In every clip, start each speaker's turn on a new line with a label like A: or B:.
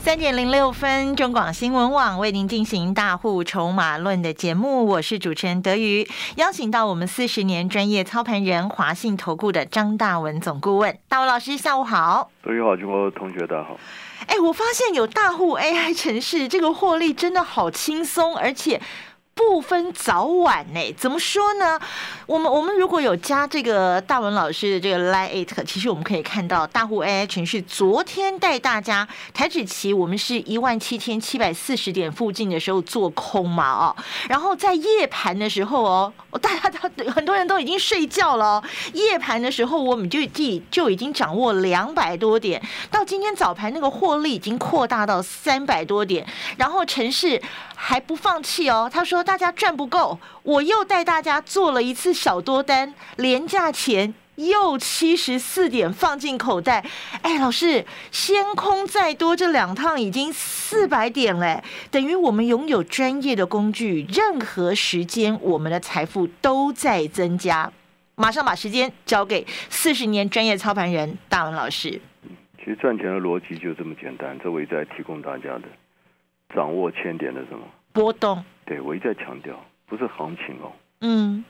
A: 三点零六分，中广新闻网为您进行《大户筹码论》的节目，我是主持人德瑜，邀请到我们四十年专业操盘人华信投顾的张大文总顾问，大文老师下午好。
B: 各位好，全国同学大家好。
A: 哎、我发现有大户 AI 城市，这个获利真的好轻松，而且。不分早晚呢、怎么说呢？我们我们如果有加这个大文老师的这个 Line It，其实我们可以看到大户 AI 城市昨天带大家台指期，我们是一万七千七百四十点附近的时候做空嘛，哦，然后在夜盘的时候哦，大家都很多人都已经睡觉了、哦，夜盘的时候我们就就就已经掌握两百多点，到今天早盘那个获利已经扩大到三百多点，然后城市还不放弃哦，他说大家赚不够，我又带大家做了一次小多单，廉价钱。又七十四点放进口袋，哎，老师，先空再多这两趟已经四百点嘞，等于我们拥有专业的工具，任何时间我们的财富都在增加。马上把时间交给四十年专业操盘人大文老师。
B: 其实赚钱的逻辑就这么简单，这我一再提供大家的，掌握千点的什么？
A: 波动，
B: 对我一再强调，不是行情哦。
A: 嗯，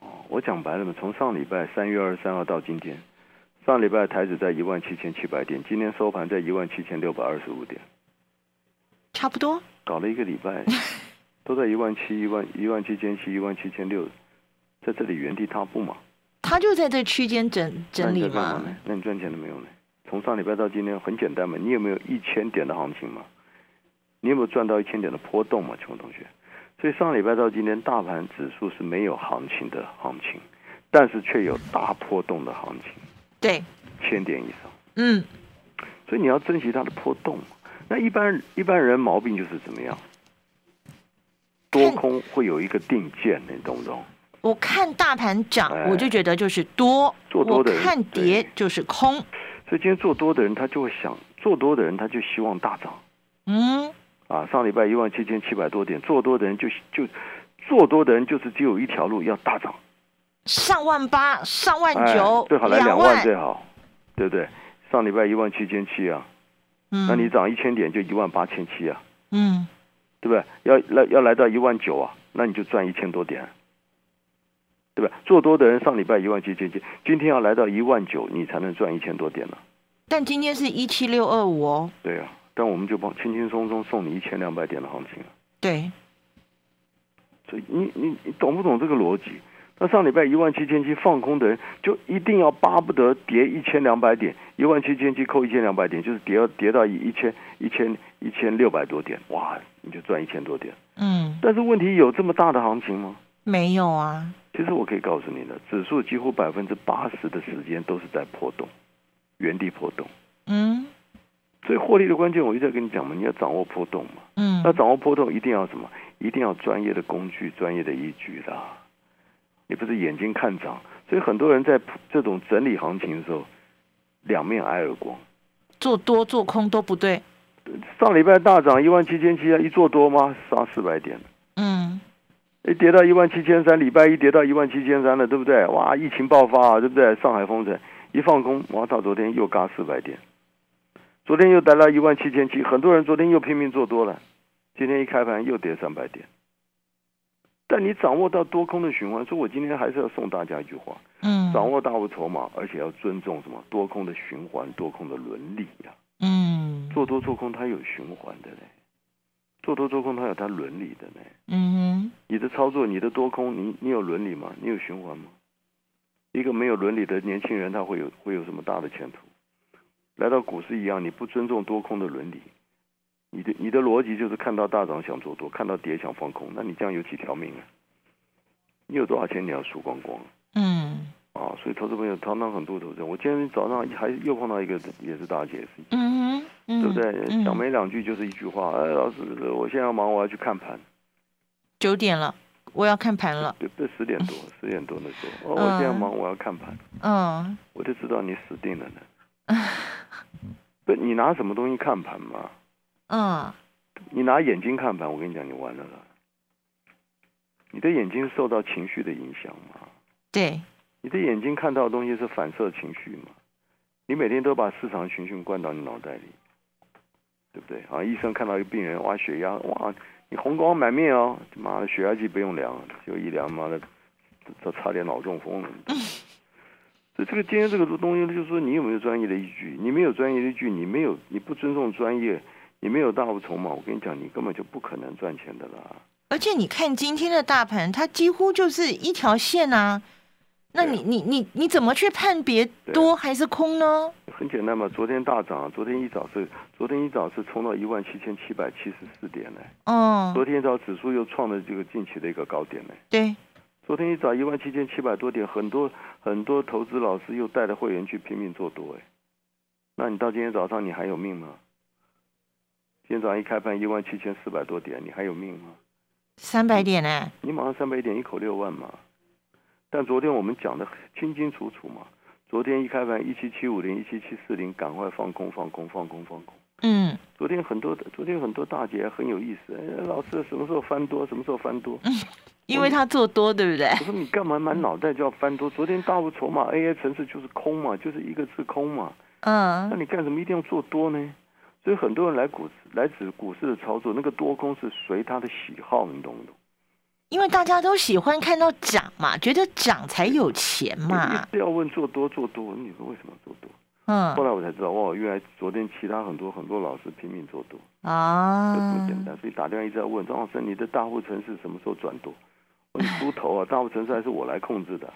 B: 哦，我讲白了嘛，从上礼拜三月二十三号到今天，上礼拜台指在一万七千七百点，今天收盘在一万七千六百二十五点，
A: 差不多。
B: 搞了一个礼拜，都在一万七、一万一万七千七、一万七千六，在这里原地踏步嘛。
A: 他就在这区间整整
B: 那你
A: 理
B: 在干嘛
A: 嘛
B: 呢。？那你赚钱了没有呢？从上礼拜到今天很简单嘛，你有没有一千点的行情嘛？你有没有赚到一千点的波动嘛？请问同学，所以上礼拜到今天，大盘指数是没有行情的行情，但是却有大波动的行情，
A: 对，
B: 千点以上。
A: 嗯，
B: 所以你要珍惜它的波动。那一般一般人毛病就是怎么样？多空会有一个定见，你懂不懂？
A: 我看大盘涨，
B: 哎
A: 我就觉得就是多；
B: 做多的
A: 我
B: 人
A: 看跌
B: 对
A: 就是空。
B: 所以今天做多的人，他就会想，做多的人他就希望大涨。
A: 嗯，
B: 啊，上礼拜一万七千七百多点，做多的人就就做多的人就是只有一条路，要大涨，
A: 上万八、上万九、
B: 哎最好来
A: 两
B: 两
A: 万
B: 万最好，对不对？上礼拜一万七千七啊，
A: 嗯，
B: 那你涨一千点就一万八千七啊，
A: 嗯，
B: 对不对？要来要来到一万九啊，那你就赚一千多点，对吧？做多的人上礼拜一万七千七，今天要来到一万九，你才能赚一千多点呢、
A: 但今天是一七六二五哦，
B: 对啊，但我们就帮轻轻松松送你一千两百点的行情啊。
A: 对，
B: 所以你你你懂不懂这个逻辑？那上礼拜一万七千七放空的人，就一定要巴不得跌一千两百点，一万七千七扣一千两百点，就是跌到跌到一千一千一千六百多点，哇，你就赚一千多点。
A: 嗯，
B: 但是问题有这么大的行情吗？
A: 没有啊，
B: 其实我可以告诉你的，指数几乎百分之八十的时间都是在波动，原地波动。
A: 嗯
B: 所以获利的关键，我一直在跟你讲嘛，你要掌握波动嘛。
A: 嗯
B: 那掌握波动一定要什么？一定要专业的工具、专业的依据的。你不是眼睛看涨，所以很多人在这种整理行情的时候，两面挨耳光。
A: 做多做空都不对，
B: 上礼拜大涨一万七千七啊，一做多吗？上四百点，
A: 嗯，
B: 哎，跌到一万七千三，礼拜一跌到一万七千三了，对不对？哇，疫情爆发啊，对不对？上海封城，一放空，哇，到昨天又嘎四百点，昨天又达到一万七千七，很多人昨天又拼命做多了，今天一开盘又跌三百点。但你掌握到多空的循环，所以我今天还是要送大家一句话：
A: 嗯，
B: 掌握大户筹码，而且要尊重什么多空的循环、多空的伦理呀、
A: 嗯
B: 做多做空它有循环的嘞，做多做空它有它伦理的嘞。
A: 嗯
B: 你的操作，你的多空，你你有伦理吗？你有循环吗？一个没有伦理的年轻人，他会有会有什么大的前途？来到股市一样，你不尊重多空的伦理，你的你的逻辑就是看到大涨想做多，看到跌想放空，那你这样有几条命啊？你有多少钱你要输光光
A: 哼嗯
B: 啊？所以投资朋友常常很多投资人，我今天早上还又碰到一个也是大姐，也是
A: 嗯哼嗯，
B: 对不对？讲
A: 嗯，
B: 没两句就是一句话，哎，老师，我现在要忙，我要去看盘。
A: 九点了，我要看盘了，
B: 对，这十点多，十点多的时候，哦，
A: 啊嗯
B: 我现在忙，我要看盘，
A: 嗯
B: 我就知道你死定了呢。不，你拿什么东西看盘嘛？
A: 嗯，
B: 你拿眼睛看盘，我跟你讲，你完了啦。你的眼睛受到情绪的影响嘛？
A: 对，
B: 你的眼睛看到的东西是反射情绪嘛？你每天都把市场情绪灌到你脑袋里，对不对？啊，医生看到一个病人，哇，血压，哇，你红光满面哦，妈的，血压计不用量，啊就一量，妈的，这差点脑中风了。所以这个今天这个东西，就是说你有没有专业的依据？你没有专业的依据，你没有，你不尊重专业，你没有大无从嘛。我跟你讲，你根本就不可能赚钱的啦。
A: 而且你看今天的大盘，它几乎就是一条线啊。那
B: 对
A: 你你你你怎么去判别
B: 对啊
A: 多还是空呢？
B: 很简单嘛，昨天大涨，昨天一早是昨天一早是冲到一万七千七百七十四点呢、
A: 嗯，
B: 昨天一早指数又创了这个近期的一个高点呢。
A: 对，
B: 昨天一早一万七千七百多点，很多很多投资老师又带着会员去拼命做多哎。那你到今天早上你还有命吗？今天早上一开盘一万七千四百多点，你还有命吗？
A: 三百点哎、
B: 你马上三百点一口六万嘛。但昨天我们讲的清清楚楚嘛，昨天一开盘一七七五零一七七四零，赶快放空放空放空放空。
A: 嗯
B: 昨天很多的，昨天很多大姐很有意思，哎老师什么时候翻多，什么时候翻
A: 嗯
B: 多？
A: 因为它做多，对不对？
B: 我说你干嘛满脑袋就要翻多？昨天大陆筹码 AI 城市就是空嘛，就是一个字空嘛。那
A: 嗯，
B: 你干什么一定要做多呢？所以很多人来股来指股市的操作，那个多空是随他的喜好，你懂不懂？
A: 因为大家都喜欢看到涨嘛，觉得涨才有钱
B: 你
A: 嘛
B: 一。直要问做多做多，你说为什么要做多？后
A: 嗯
B: 来我才知道，哇，原来昨天其他很多很多老师拼命做多，就这么
A: 啊，
B: 简单。所以打电话一直在问张老师，你的大户城市什么时候转多？我说你猪头啊，大户城市还是我来控制的，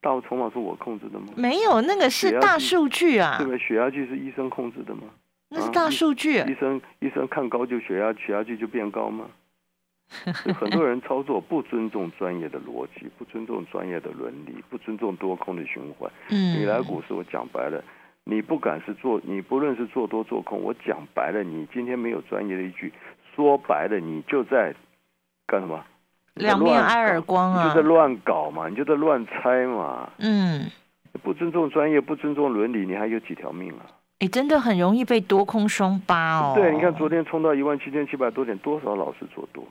B: 大户筹码是我控制的吗？
A: 没有那个是
B: 血压
A: 大
B: 计
A: 数据啊
B: 对，不对？血压计是医生控制的吗？
A: 那是
B: 啊
A: 大
B: 医
A: 数据。
B: 医生医生看高就血压，血压计就变高吗？所以很多人操作不尊重专业的逻辑，不尊重专业的伦理，不尊重多空的循环。
A: 嗯，
B: 你来股市，我讲白了，你不敢是做，你不论是做多做空，我讲白了，你今天没有专业的依据，说白了，你就在干什么？你在
A: 两面
B: 乱
A: 挨耳
B: 搞
A: 光
B: 你
A: 啊
B: 就在。乱搞嘛，你就在乱猜嘛，
A: 嗯，
B: 不尊重专业，不尊重伦理，你还有几条命啊？
A: 哎，真的很容易被多空双八哦。
B: 对，你看昨天冲到一万七千七百多点，多少老师做多？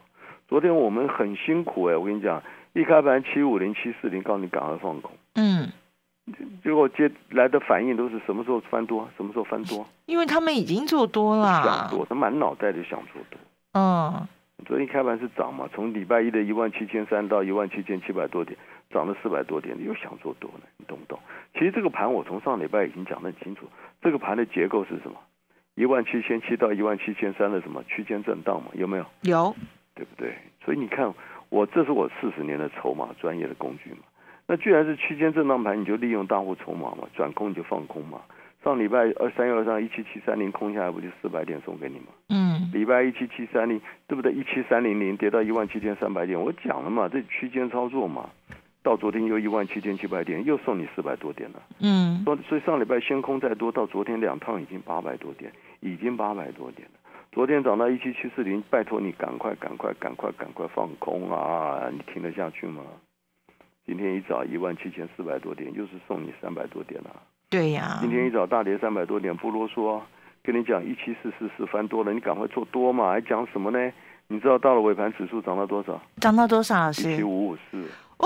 B: 昨天我们很辛苦哎、我跟你讲，一开盘七五零、七四零，告诉你赶快放空，
A: 嗯，
B: 结果接来的反应都是什么时候翻多，什么时候翻多，
A: 因为他们已经做多
B: 想
A: 了。
B: 多，他满脑袋就想做多。
A: 嗯，
B: 昨天一开盘是涨嘛，从礼拜一的一万七千三到一万七千七百多点，涨了四百多点，又想做多呢，你懂不懂？其实这个盘我从上礼拜已经讲得很清楚，这个盘的结构是什么？一万七千七到一万七千三的什么区间震荡嘛，有没有？
A: 有，
B: 对不对？所以你看，我这是我四十年的筹码专业的工具嘛。那既然是区间震荡盘，你就利用大户筹码嘛，转空你就放空嘛。上礼拜二三月二三一七七三零空下来，不就四百点送给你吗？
A: 嗯
B: 礼拜一七七三零，对不对？一七三零零跌到一万七千三百点，我讲了嘛，这区间操作嘛。到昨天又一万七千七百点，又送你四百多点了。
A: 嗯
B: 所所以上礼拜先空再多，到昨天两趟已经八百多点，已经八百多点了。昨天涨到一七七四零，拜托你赶快赶快赶快赶快放空啊！你听得下去吗？今天一早一万七千四百多点，又是送你三百多点了、
A: 对呀、
B: 今天一早大跌三百多点，不啰嗦、啊，跟你讲一七四四四翻多了，你赶快做多嘛，还讲什么呢？你知道到了尾盘指数涨到多少？
A: 涨到多少老
B: 一七
A: 师？
B: 五五四，
A: 哦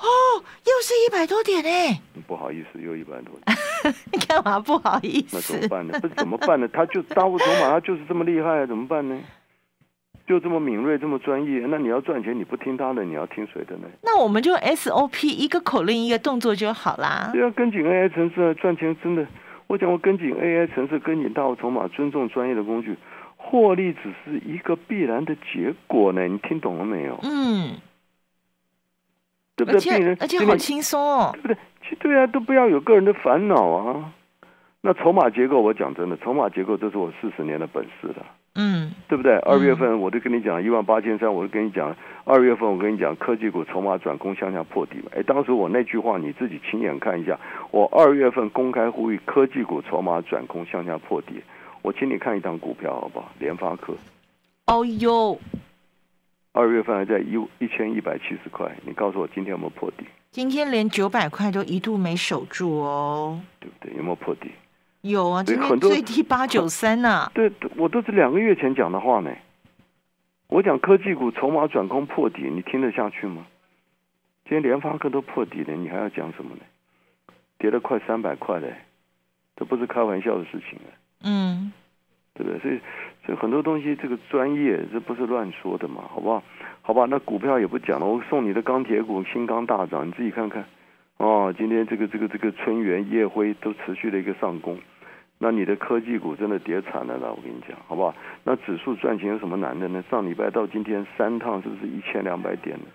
A: 哦，又是一百多点哎！
B: 嗯不好意思，又一百多点。
A: 你 干嘛不好意
B: 那怎么
A: 思？
B: 办呢？不是怎么办呢？他就大物筹码，他就是这么厉害，啊怎么办呢？就这么敏锐，这么专业。那你要赚钱，你不听他的，你要听谁的呢？
A: 那我们就 SOP 一个口令一个动作就好啦。
B: 对啊，跟紧 AI 城市啊，赚钱真的。我讲过，跟紧 AI 城市，跟紧大物筹码，尊重专业的工具，获利只是一个必然的结果呢。你听懂了没有？
A: 嗯，
B: 对不
A: 而
B: 对？病
A: 且
B: 人
A: 而且
B: 今
A: 好
B: 天
A: 轻松哦
B: 对。不对？其对啊，都不要有个人的烦恼啊。那筹码结构，我讲真的，筹码结构这是我四十年的本事了。
A: 嗯
B: 对不对？二月份我就跟你讲一万八千三，我就跟你讲二月份我跟你讲科技股筹码转空向下破底嘛。哎，当时我那句话你自己亲眼看一下，我二月份公开呼吁科技股筹码转空向下破底。我请你看一档股票好不好？联发科，
A: 哦哟，
B: 二月份还在一一千一百七十块，你告诉我今天有没有破底，
A: 今天连九百块都一度没守住哦。
B: 对不对？有没有破底？
A: 有啊，
B: 对
A: 今天
B: 很多
A: 最低八九三呐，
B: 对，我都是两个月前讲的话呢。我讲科技股筹码转空破底，你听得下去吗？今天联发科都破底了，你还要讲什么呢？跌了快三百块嘞，这不是开玩笑的事情啊，
A: 嗯，
B: 对不对？所以，所以很多东西这个专业这不是乱说的嘛，好不好？好吧，那股票也不讲了，我送你的钢铁股新钢大涨，你自己看看。哦，今天这个这个这个春元、夜辉都持续的一个上攻，那你的科技股真的跌惨了啦！我跟你讲，好不好？那指数赚钱有什么难的呢？上礼拜到今天三趟是不是一千两百点呢？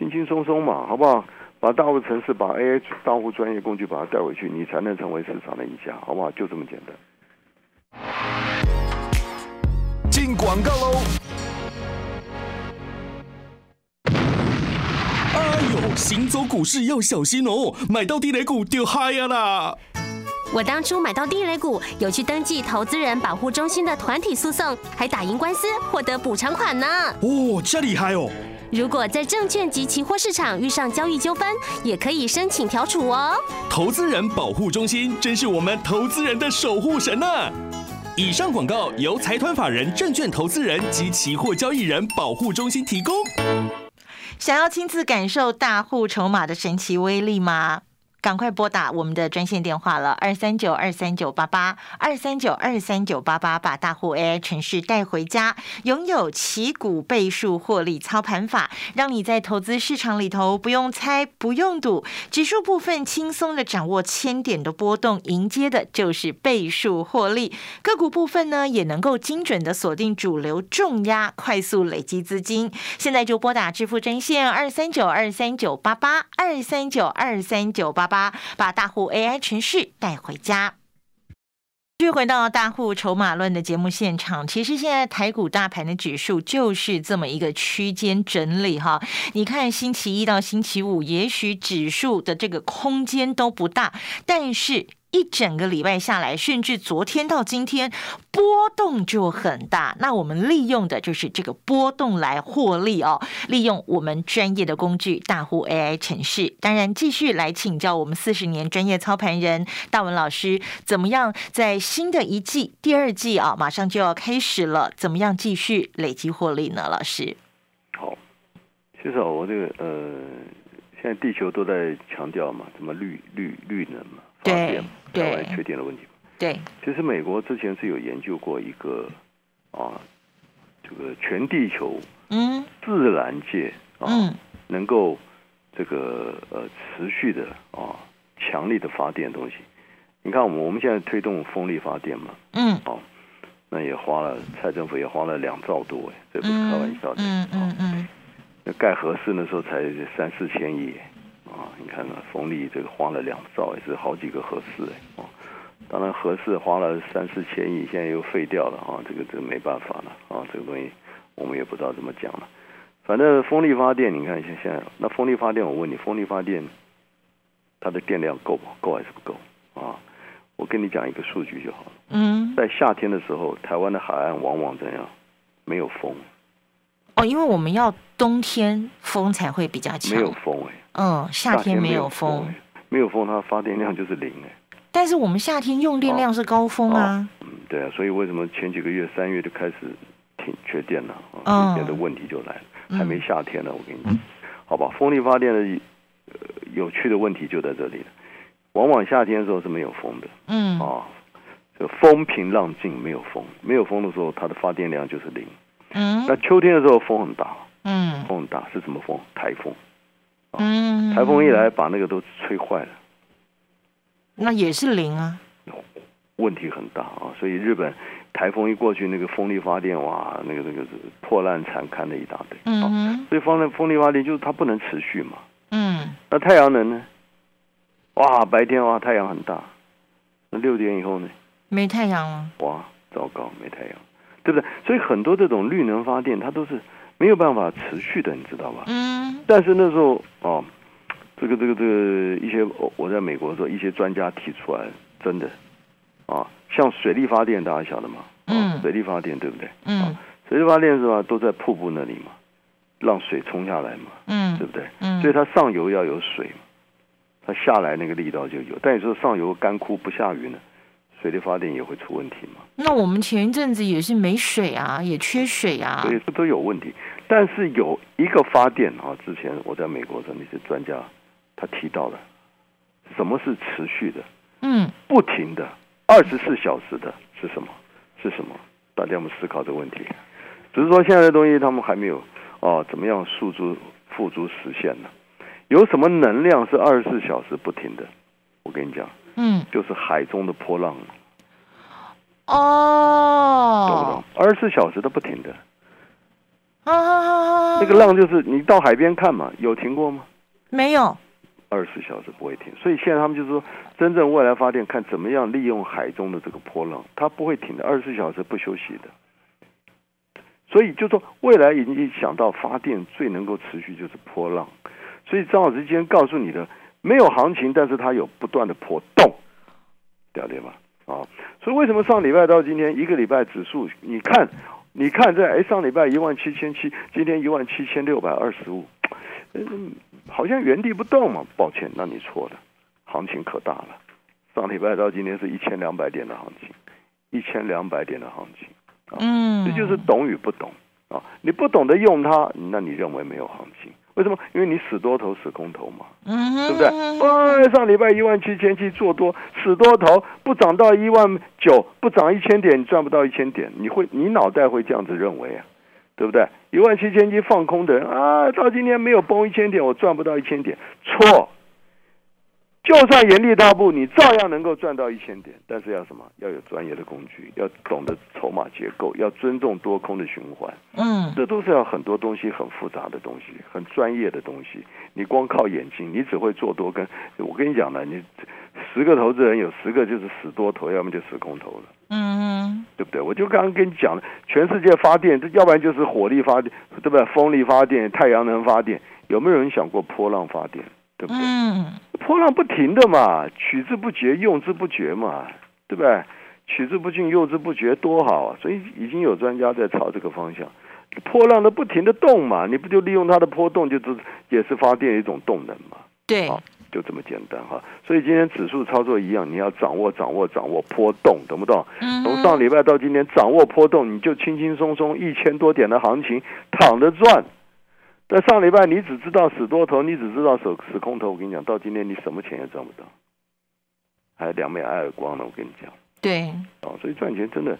B: 轻轻松松嘛，好不好？把大户城市、把 AI 大户专业工具把它带回去，你才能成为市场的赢家，好不好？就这么简单。
C: 进广告喽。哎呦，行走股市要小心哦，买到地雷股丢嗨呀啦！
D: 我当初买到地雷股，有去登记投资人保护中心的团体诉讼，还打赢官司，获得补偿款呢。
C: 哦，这厉害哦！
D: 如果在证券及期货市场遇上交易纠纷，也可以申请调处哦。
C: 投资人保护中心真是我们投资人的守护神呐、以上广告由财团法人证券投资人及期货交易人保护中心提供。
A: 想要亲自感受大户筹码的神奇威力吗？赶快拨打我们的专线电话了，二三九二三九八八，二三九二三九八八，把大户 AI 城市带回家，拥有旗股倍数获利操盘法，让你在投资市场里头不用猜，不用赌，指数部分轻松的掌握千点的波动，迎接的就是倍数获利。个股部分呢，也能够精准的锁定主流重压，快速累积资金。现在就拨打致富专线二三九二三九八八二三九二三九八八，把大户 AI 城市带回家。继续回到大户筹码论的节目现场，其实现在台股大盘的指数就是这么一个区间整理哈。你看星期一到星期五，也许指数的这个空间都不大，但是。一整个礼拜下来，甚至昨天到今天，波动就很大。那我们利用的就是这个波动来获利哦，利用我们专业的工具大户 AI 城市。当然，继续来请教我们四十年专业操盘人大文老师，怎么样在新的一季、第二季啊，马上就要开始了，怎么样继续累积获利呢？老师，
B: 好，其实啊，我这个呃，现在地球都在强调嘛，什么绿绿绿能嘛，发电嘛，
A: 对
B: 台湾
A: 对
B: 缺电的问题嘛。
A: 对，
B: 其实美国之前是有研究过一个啊，这个全地球
A: 嗯
B: 自然界啊，
A: 嗯
B: 能够这个呃持续的啊强力的发电的东西。你看，我们我们现在推动风力发电嘛，
A: 嗯
B: 那也花了蔡政府也花了两兆多哎，这不是开玩
A: 嗯
B: 笑的。
A: 嗯
B: 啊
A: 嗯嗯，
B: 那盖合适那时候才三四千亿啊！你看啊，风力这个花了两兆，也是好几个合适哎啊！当然合适花了三四千亿，现在又废掉了啊！这个这个没办法了啊！这个东西我们也不知道怎么讲了。反正风力发电，你看现现在那风力发电，我问你，风力发电它的电量够不够还是不够啊？我跟你讲一个数据就好了，
A: 嗯
B: 在夏天的时候，台湾的海岸往往怎样？没有风，
A: 哦，因为我们要冬天风才会比较强，
B: 没有风哎。
A: 嗯，夏天没有风，，
B: 没有风，它发电量就是零哎。
A: 但是我们夏天用电量是高峰啊。
B: 嗯，对啊，所以为什么前几个月三月就开始停缺电了
A: 嗯
B: 啊？缺电的问题就来了，
A: 嗯
B: 还没夏天呢，我跟你讲，好吧，风力发电的、呃、有趣的问题就在这里了，往往夏天的时候是没有风的
A: 嗯
B: 啊。这风平浪静，没有风，没有风的时候，它的发电量就是零。那
A: 嗯
B: 秋天的时候，风很大，
A: 嗯
B: 风很大是什么风？台风，
A: 嗯，
B: 台风一来把那个都吹坏了。
A: 那也是零啊。
B: 问题很大啊，所以日本台风一过去，那个风力发电哇，那个那个破烂惨堪的一大堆
A: 嗯
B: 啊。
A: 哼
B: 所以风力风力发电就是它不能持续嘛。
A: 嗯
B: 那太阳能呢？哇，白天哇太阳很大，那六点以后呢？
A: 没太阳啊了。
B: 哇，糟糕，没太阳，对不对？所以很多这种绿能发电，它都是没有办法持续的，你知道吧？
A: 嗯
B: 但是那时候哦，这个这个这个一些我我在美国的时候，一些专家提出来，真哦的啊，像水力发电，大家晓得吗？啊
A: 嗯
B: 水力发电对不对？
A: 嗯
B: 啊，水力发电是吧，都在瀑布那里嘛，让水冲下来嘛，对
A: 嗯
B: 不对？
A: 嗯，
B: 所以它上游要有水嘛，它下来那个力道就有。但你说上游干枯不下雨呢，水力发电也会出问题嘛，
A: 那我们前一阵子也是没水啊，也缺水啊
B: 所。以这都有问题。但是有一个发电啊，之前我在美国的那些专家他提到了，什么是持续的、
A: 嗯，
B: 不停的、二十四小时的是什么？是什么？大家我们思考这个问题。只是说现在的东西他们还没有哦，怎么样诉诸付诸实现呢？有什么能量是二十四小时不停的？我跟你讲。
A: 嗯，
B: 就是海中的波浪，懂不
A: 哦
B: 懂，？二十四小时它不停的，
A: 啊，
B: 那个浪就是你到海边看嘛，有停过吗？
A: 没有，
B: 二十四小时不会停，所以现在他们就说，真正未来发电看怎么样利用海中的这个波浪，它不会停的，二十四小时不休息的。所以就说未来已经想到发电最能够持续就是波浪，所以张老师今天告诉你的，没有行情，但是它有不断的波动，了解吗？啊，所以为什么上礼拜到今天一个礼拜指数，你看，你看在哎上礼拜一万七千七，今天一万七千六百二十五，嗯，好像原地不动嘛。抱歉，那你错了，行情可大了。上礼拜到今天是一千两百点的行情，一千两百点的行情，
A: 嗯，
B: 这就是懂与不懂啊。你不懂得用它，那你认为没有行情？为什么？因为你死多头死空头嘛。
A: 嗯哼，
B: 对不对？哇，哎上礼拜一万七千七做多，死多头，不涨到一万九，不涨一千点，你赚不到一千点，你会，你脑袋会这样子认为啊，对不对？一万七千七放空的人啊，到今天没有崩一千点，我赚不到一千点，错。就算原地踏步，你照样能够赚到一千点，但是要什么？要有专业的工具，要懂得筹码结构，要尊重多空的循环。
A: 嗯
B: 这都是要很多东西，很复杂的东西，很专业的东西。你光靠眼睛，你只会做多跟。我跟你讲了，你十个投资人有十个就是死多头，要么就死空头了，
A: 嗯
B: 对不对？我就刚刚跟你讲了，全世界发电，要不然就是火力发电，对不对？风力发电、太阳能发电，有没有人想过波浪发电？对不对？
A: 嗯
B: 波浪不停的嘛，取之不竭，用之不绝嘛，对不对？取之不尽，用之不绝，多好啊！所以已经有专家在朝这个方向，波浪的不停的动嘛，你不就利用它的波动，就是也是发电一种动能嘛，
A: 对，
B: 好就这么简单哈、所以今天指数操作一样，你要掌握、掌握、掌握波动，懂不懂？
A: 嗯
B: 从
A: 哼
B: 上礼拜到今天，掌握波动，你就轻轻松松一千多点的行情躺着赚。在上礼拜你只知道死多头，你只知道死死空头，我跟你讲，到今天你什么钱也赚不到，还两面挨耳光呢。我跟你讲
A: 对，
B: 啊，所以赚钱真的，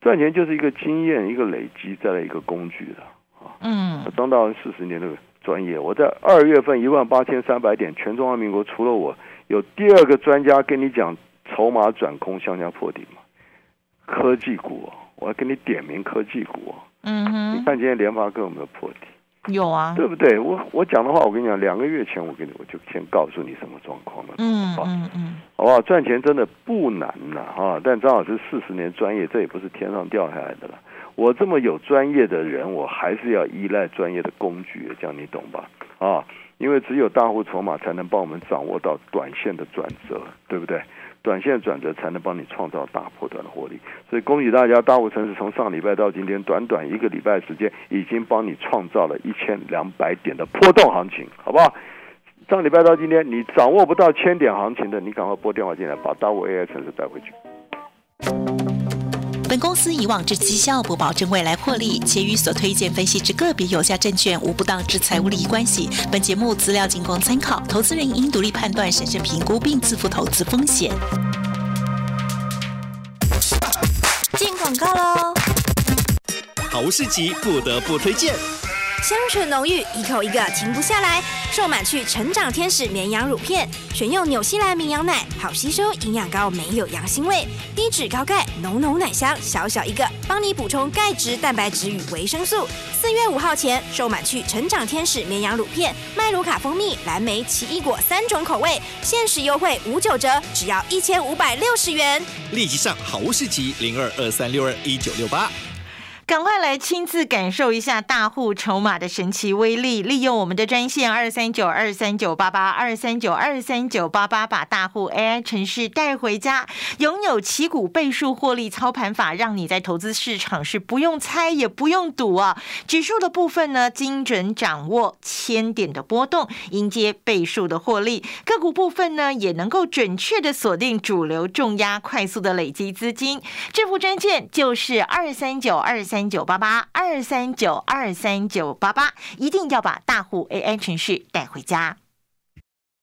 B: 赚钱就是一个经验，一个累积，再来一个工具了。
A: 嗯
B: 我当到四十年的专业，我在二月份一万八千三百点，全中华民国除了我，有第二个专家跟你讲筹码转空，向下破底嘛，科技股、哦，我要跟你点名科技股、哦，你
A: 嗯
B: 看今天联发科有没有破底，
A: 哼，有啊，
B: 对不对？我我讲的话，我跟你讲，两个月前我跟你我就先告诉你什么状况了，
A: 嗯嗯嗯，
B: 好不好？赚钱真的不难呐、哈、但张老师四十年专业，这也不是天上掉下来的了。我这么有专业的人，我还是要依赖专业的工具，这样你懂吧？啊，因为只有大户筹码才能帮我们掌握到短线的转折，对不对？短线转折才能帮你创造大波段的获利。所以恭喜大家，大户城市从上礼拜到今天，短短一个礼拜时间，已经帮你创造了一千两百点的波动行情，好不好？上礼拜到今天，你掌握不到千点行情的，你赶快拨电话进来，把大户 AI 城市带回去。
E: 本公司以往之绩效不保证未来获利，且与所推荐分析之个别有价证券无不当之财务利益关系。本节目资料仅供参考，投资人应独立判断、审慎评估并自负投资风险。
F: 进广告喽！
C: 好市集不得不推荐。
F: 香醇浓郁，一口一个停不下来。瘦满去成长天使绵羊乳片，选用纽西兰绵羊奶，好吸收，营养高，没有羊腥味，低脂高钙，浓浓奶香，小小一个，帮你补充钙质、蛋白质与维生素。四月五号前，瘦满去成长天使绵羊乳片、麦卢卡蜂蜜、蓝莓、奇异果三种口味，限时优惠五九折，只要一千五百六十元。
G: 立即上好物市集零二二三六二一九六八。
A: 赶快来亲自感受一下大户筹码的神奇威力，利用我们的专线二三九二三九八八二三九二三九八八，把大户 AI 城市带回家，拥有旗股倍数获利操盘法，让你在投资市场是不用猜也不用赌啊。指数的部分呢，精准掌握千点的波动，迎接倍数的获利；个股部分呢，也能够准确的锁定主流重压，快速的累积资金。致富专线就是二三九二三九八八二三九二三九八八，一定要把大户 AI 程序带回家。